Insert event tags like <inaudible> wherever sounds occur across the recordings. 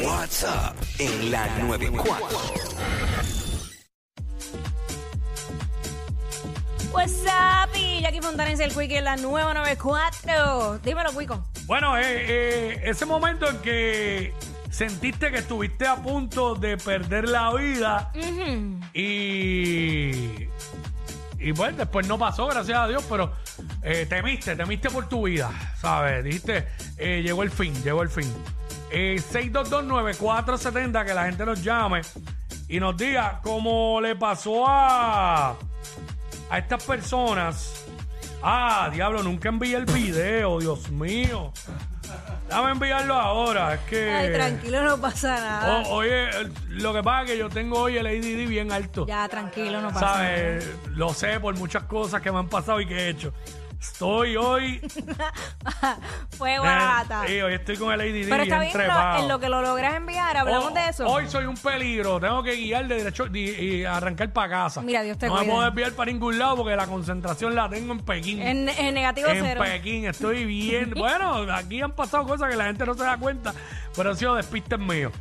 WhatsApp en la 94. What's up? Y Jackie Fontanes, el Quick en la nueva 94. Dímelo, Quico. Bueno, eh, eh, ese momento en que sentiste que estuviste a punto de perder la vida y, y pues después no pasó, gracias a Dios, pero eh, temiste, temiste por tu vida, ¿sabes? Dijiste, eh, llegó el fin, llegó el fin. Eh, 6229470, que la gente nos llame y nos diga cómo le pasó a, a estas personas. Ah, diablo, nunca envié el video, Dios mío. Dame enviarlo ahora, es que... Ay, tranquilo, no pasa nada. O- oye, lo que pasa es que yo tengo hoy el ADD bien alto. Ya, tranquilo, no pasa nada. ¿Sabes? Lo sé por muchas cosas que me han pasado y que he hecho. <laughs> Estoy hoy. Fue barata. Sí, hoy estoy con el ADD Pero está bien, bien trepado. no, en lo que lo logras enviar, hablamos Oh, de eso. Hoy soy un peligro. Tengo que guiar de derecho y, y arrancar para casa. Mira, Dios te No cuide. me puedo desviar para ningún lado porque la concentración la tengo en Pekín. en, en negativo En cero. <laughs> Pekín, estoy bien. bueno, aquí han pasado cosas que la gente no se da cuenta, pero han sido despistes míos.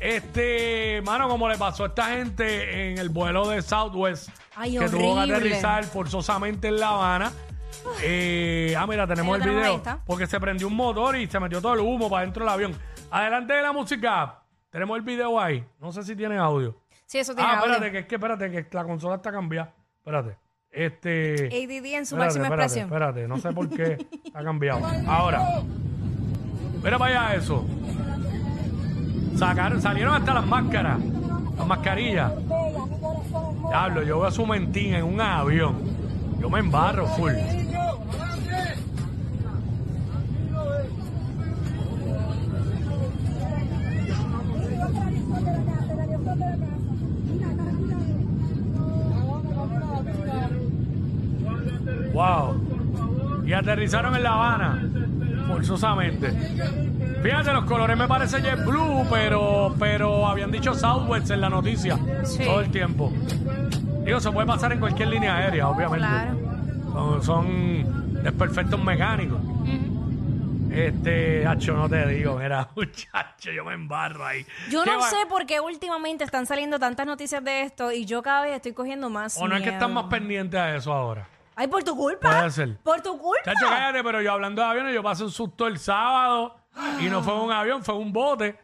Este, mano, como le pasó a esta gente en el vuelo de Southwest, Ay, que tuvo que horrible. aterrizar forzosamente en La Habana. Eh, ah, mira, tenemos Ahí lo el tenemos, ahí video. está. Porque se prendió un motor y se metió todo el humo para dentro del avión. Adelante de la música. Tenemos el video ahí. No sé si tiene audio. Sí, eso tiene Ah, audio. espérate, que es que espérate, que la consola está cambiada. Espérate. Este. ADD en su Espérate, máxima espérate, expresión. espérate, no sé por qué <laughs> ha cambiado. Ahora, mira para allá eso. Sacaron, salieron hasta las máscaras, las mascarillas. Diablo, yo veo a su mentín en un avión. Yo me embarro full. Wow. Y aterrizaron en La Habana, forzosamente. Fíjate, los colores me parecen jet blue, pero, pero habían dicho Southwest en la noticia Sí. todo el tiempo. Digo, se puede pasar en cualquier línea aérea, obviamente. Claro. Son, son desperfectos mecánicos. Este, hacho, no te digo, era <laughs> muchacho, yo me embarro ahí. Yo Qué no va- sé por qué últimamente están saliendo tantas noticias de esto y yo cada vez estoy cogiendo más. O no es que están más miedo. pendientes a eso ahora. Ay, por tu culpa. Puede ser. Por tu culpa. Chacho, cállate, pero yo hablando de aviones, yo pasé un susto el sábado y no fue un avión, fue un bote.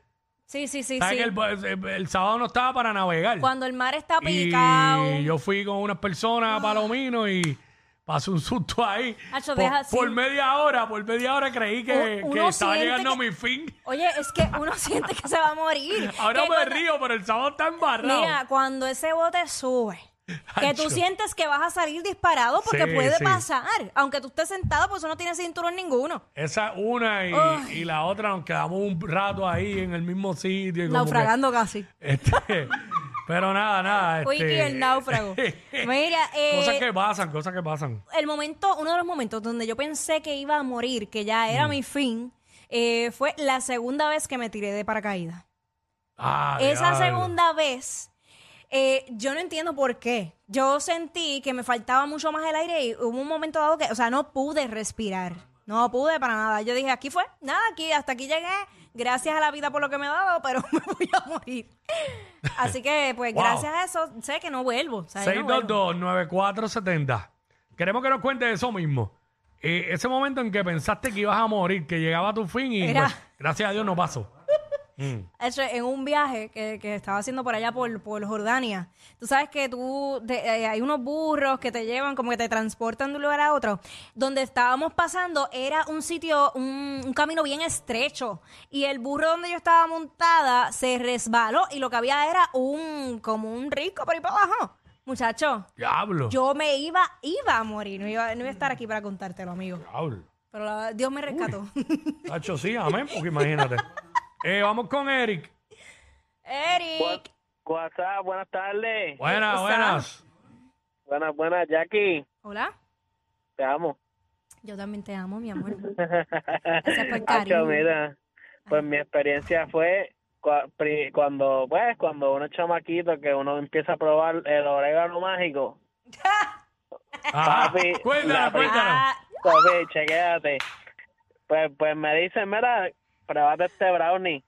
Sí, sí, sí, ¿Sabes sí. que el bo- el, el sábado no estaba para navegar? Cuando el mar está picado. Y yo fui con unas personas a Palomino y pasé un susto ahí. Hacho, por, deja así. por media hora, por media hora creí que, U- que uno estaba siente llegando a que- mi fin. Oye, es que uno <laughs> siente que se va a morir. Ahora Que me cuando- río, pero el sábado está embarrado. Mira, cuando ese bote sube, que tú Hacho. sientes que vas a salir disparado porque Sí, puede sí. pasar. Aunque tú estés sentado, pues eso no tiene cinturón ninguno. Esa es una y, Ay. y la otra nos quedamos un rato ahí en el mismo sitio. y como que- Naufragando casi. este, pero nada, nada. Uy, este, que el <laughs> náufrago. Mira, eh, Cosas que pasan, cosas que pasan. el momento, uno de los momentos donde yo pensé que iba a morir, que ya Mm. era mi fin, eh, fue la segunda vez que me tiré de paracaídas. Ah, Esa diablo. segunda vez, eh, yo no entiendo por qué. Yo sentí que me faltaba mucho más el aire y hubo un momento dado que, o sea, no pude respirar. No pude para nada. Yo dije, aquí fue, nada, aquí, hasta aquí llegué. Gracias a la vida por lo que me ha dado, pero <laughs> me voy a morir. Así que, pues, Wow. gracias a eso, sé que no vuelvo. o sea, yo no vuelvo. 622-9470. Queremos que nos cuentes eso mismo. Eh, ese momento en que pensaste que ibas a morir, que llegaba tu fin y Era- pues, gracias a Dios no pasó. Eso, en un viaje que, que estaba haciendo por allá por, por Jordania. Tú sabes que tú te- eh, hay unos burros que te llevan, como que te transportan de un lugar a otro. Donde estábamos pasando era un sitio, un, un camino bien estrecho. Y el burro donde yo estaba montada se resbaló y lo que había era un, como un rico por ahí para abajo. Muchacho, Diablo. yo me iba, iba a morir. No iba, no iba a estar aquí para contártelo, amigo. Diablo. Pero la- Dios me rescató. Tacho, sí, amén, porque imagínate. Eh, vamos con Eric. <laughs> Eric. WhatsApp, buenas tardes. Buenas, Sam. buenas. Buenas, buenas, Jackie. Hola. <laughs> Te amo. Yo también te amo, mi amor. Gracias por el Hacho, Pues, cariño. mira, pues mi experiencia fue cua- pri- cuando, pues, cuando uno es chamaquito que uno empieza a probar el orégano mágico. Ajá. Papi, Cuéntanos, la- cuéntanos. Ah, Papi, chequéate. Pues, pues me dicen, mira, pruébate este brownie.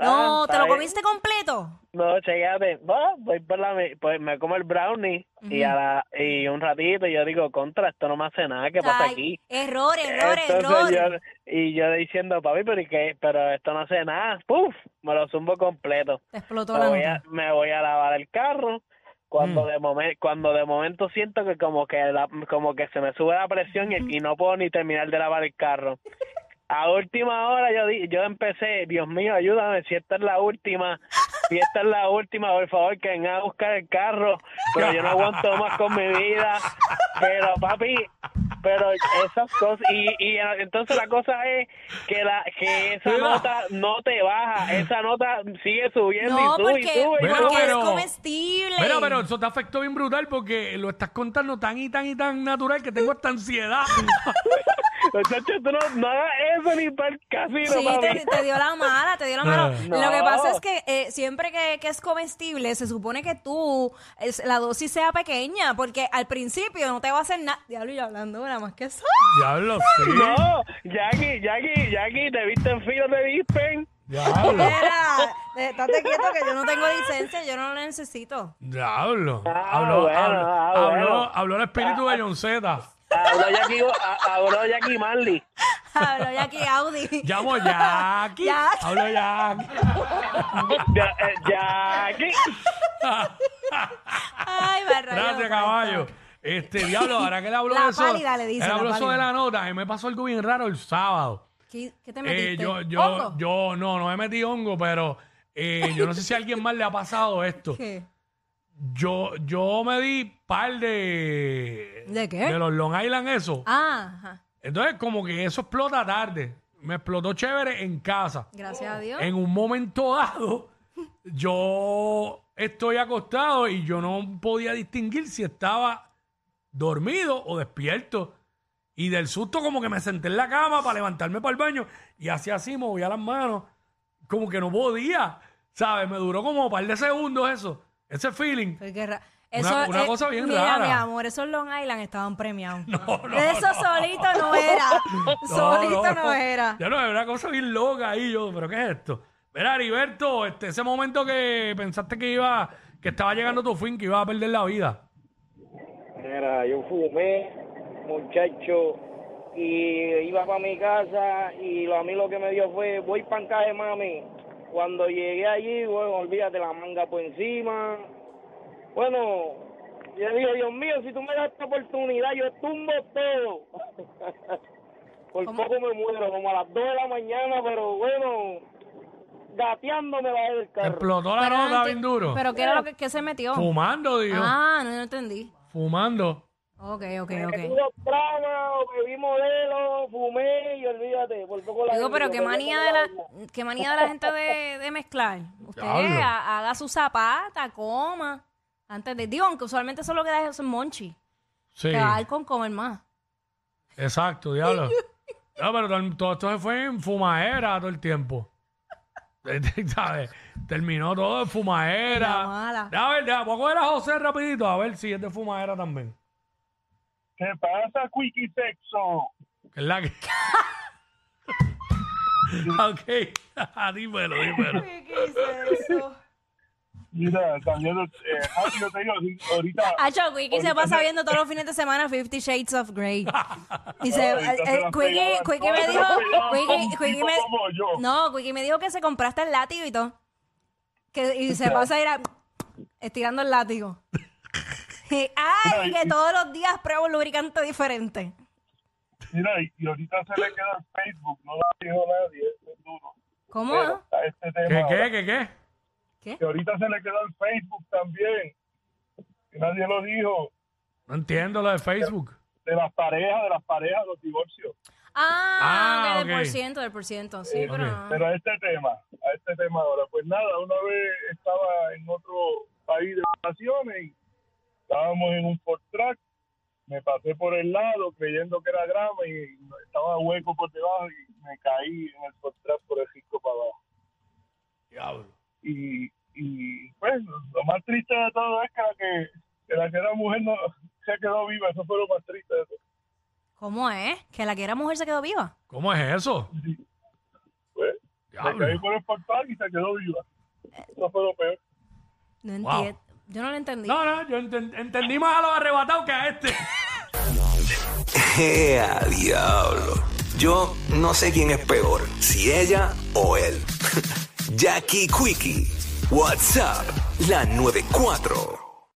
No, Ah, ¿te está lo bien. comiste completo? No, chécate, va, voy por la, mi- pues me como el brownie y a la, y un ratito yo digo, contra, esto no me hace nada, ¿qué pasa Ay, aquí? Error, error, error. Entonces yo, y yo diciendo, papi, pero, ¿y qué? pero esto no hace nada, puf, me lo zumbo completo. Te explotó Me la voy, a, nota. Mm. me voy a lavar el carro. Cuando de momento cuando de momento siento que como que la- como que se me sube la presión y, y no puedo ni terminar de lavar el carro. A última hora yo di- yo empecé, Dios mío, ayúdame, si esta es la última, si esta es la última, por favor, que vengan a buscar el carro, pero yo no aguanto más con mi vida. Pero papi, pero esas cosas y, y entonces la cosa es que la que esa Mira. nota no te baja, esa nota sigue subiendo No, y sube y porque, sube. y Mira, porque pero- es comestible. Mira, pero eso te afectó bien brutal porque lo estás contando tan y tan y tan natural que tengo esta ansiedad. <laughs> Muchacho, tú no, no hagas eso ni para el casino, Sí, papi. te, te dio la mala, te dio la Ah. mala. No. Lo que pasa es que eh, siempre que, que es comestible, se supone que tú, es- la dosis sea pequeña, porque al principio no te va a hacer nada. Diablo, yo hablando nada más que <laughs> eso. Diablo, sí. No, Jackie, Jackie, Jackie, te viste en filo de Dispen. Diablo. Mira, eh, estate quieto que yo no tengo licencia, yo no la necesito. Diablo. Ah, habló, bueno, habló, ah, habló- bueno. habló el espíritu de <laughs> John Z. Habló Jackie, a- habló Jackie Marley. Hablo ya aquí Audi. Llamo Jackie. Ya. <laughs> Habló Jackie. Ya- eh, Jackie. Ay, me rayó, Gracias, me caballo. rayó. Este diablo, ahora que le habló La de eso. pálida le dice, él la habló eso de pálida. la nota. A mí me pasó algo bien raro el sábado. ¿Qué, qué te metiste? Eh, yo, yo, ¿Hongo? yo, no, no me metí hongo, pero eh, yo no sé si a alguien más le ha pasado <laughs> esto. ¿Qué? Yo, yo me di par de. ¿De qué? De los Long Island, eso. Ah, ajá. Entonces, como que eso explota tarde. Me explotó chévere en casa. gracias a Dios. En un momento dado, yo estoy acostado y yo no podía distinguir si estaba dormido o despierto. Y del susto, como que me senté en la cama para levantarme para el baño y así así movía las manos. Como que no podía, ¿sabes? Me duró como un par de segundos eso, ese feeling. Pero qué ra- Una- una cosa bien mira, rara. mi amor, esos Long Island estaban premiados. <laughs> No, no, Eso <laughs> no. solito no era. solito no, era. Ya no, es una cosa bien loca ahí yo, pero ¿qué es esto? Mira, Heriberto, este, ese momento que pensaste que iba, que estaba llegando tu fin, que iba a perder la vida. Mira, yo fumé, muchacho, y iba para mi casa y lo, a mí lo que me dio fue, voy pan calle, mami. Cuando llegué allí, bueno, olvídate la manga por encima. Bueno, yo digo, Dios mío, si tú me das esta oportunidad, yo tumbo todo. <laughs> por ¿Cómo? poco me muero, como a las 2 de la mañana, pero bueno, gateándome la del Te carro. explotó la Pero nota antes- bien duro. Pero ¿qué era lo que, qué se metió? Fumando, digo. Ah, no, no entendí. Fumando. Ok, ok, Me ok. pido trama, o bebí modelo, fumé y olvídate, por poco la Digo, bebí, pero yo qué perdí manía toda de vida. la, qué manía de la gente de, de mezclar. Usted Diablo. ha- haga su zapata, coma. Antes de. Digo, aunque usualmente eso es lo que da es monchi. Sí. Te va a dar con comer más. <laughs> Exacto, diablo. No, pero todo, todo esto se fue en fumaera todo el tiempo. <laughs> ¿Sabes? Terminó todo en fumaera. La mala. A ver, deja, voy a coger a José rapidito, a ver si es de fumaera también. ¿Qué pasa, Quickie Sexo? Que es la que. <laughs> ok, <laughs> dímelo, dímelo. Mira, también, eh, Javi, yo te digo, ahorita- ahorita... Hacho, Quickie se ahorita pasa me- viendo todos los fines de semana Fifty Shades of Grey. <laughs> Y se, Ahorita eh, se eh, las Quickie pegaba Quickie me todas, dijo, se las pegaba Quickie, con un Quickie tipo me, como yo. no, Quickie me dijo que se compraste el látigo y todo. Que, y se pasa a ir a- estirando el látigo. Y, Ay, que todos los días pruebo un lubricante diferente. Mira, y, y ahorita se le queda en Facebook, no lo dijo nadie, esto es duro. ¿Cómo? Pero ah? a este tema ¿Qué, qué, ahora. qué, qué? Que ahorita se le queda en Facebook también, que nadie lo dijo, No entiendo lo de Facebook. de las parejas, de las parejas, los divorcios. Ah, Ah, ok, del ok. por ciento, del por ciento. Sí, pero ok. no. Pero a este tema, a este tema ahora, pues nada, una vez estaba en otro país de vacaciones y estábamos en un Ford Track, me pasé por el lado creyendo que era grama y estaba hueco por debajo y me caí en el Ford Track por el risco para abajo. Diablo. Y, y pues lo más triste de todo es que la que, que la que era mujer no se quedó viva, eso fue lo más triste de todo. ¿Cómo es? Que la que era mujer se quedó viva. ¿Cómo es eso? Pues, Me caí por el portal y se quedó viva. Eso fue lo peor. No Wow. entiendo. Yo no lo entendí. No, no, yo enten- entendí más a los arrebatados que a este. ¡Ea, Eh, diablo! Yo no sé quién es peor, si ella o <laughs> él. Jackie Quickie, WhatsApp, la 94.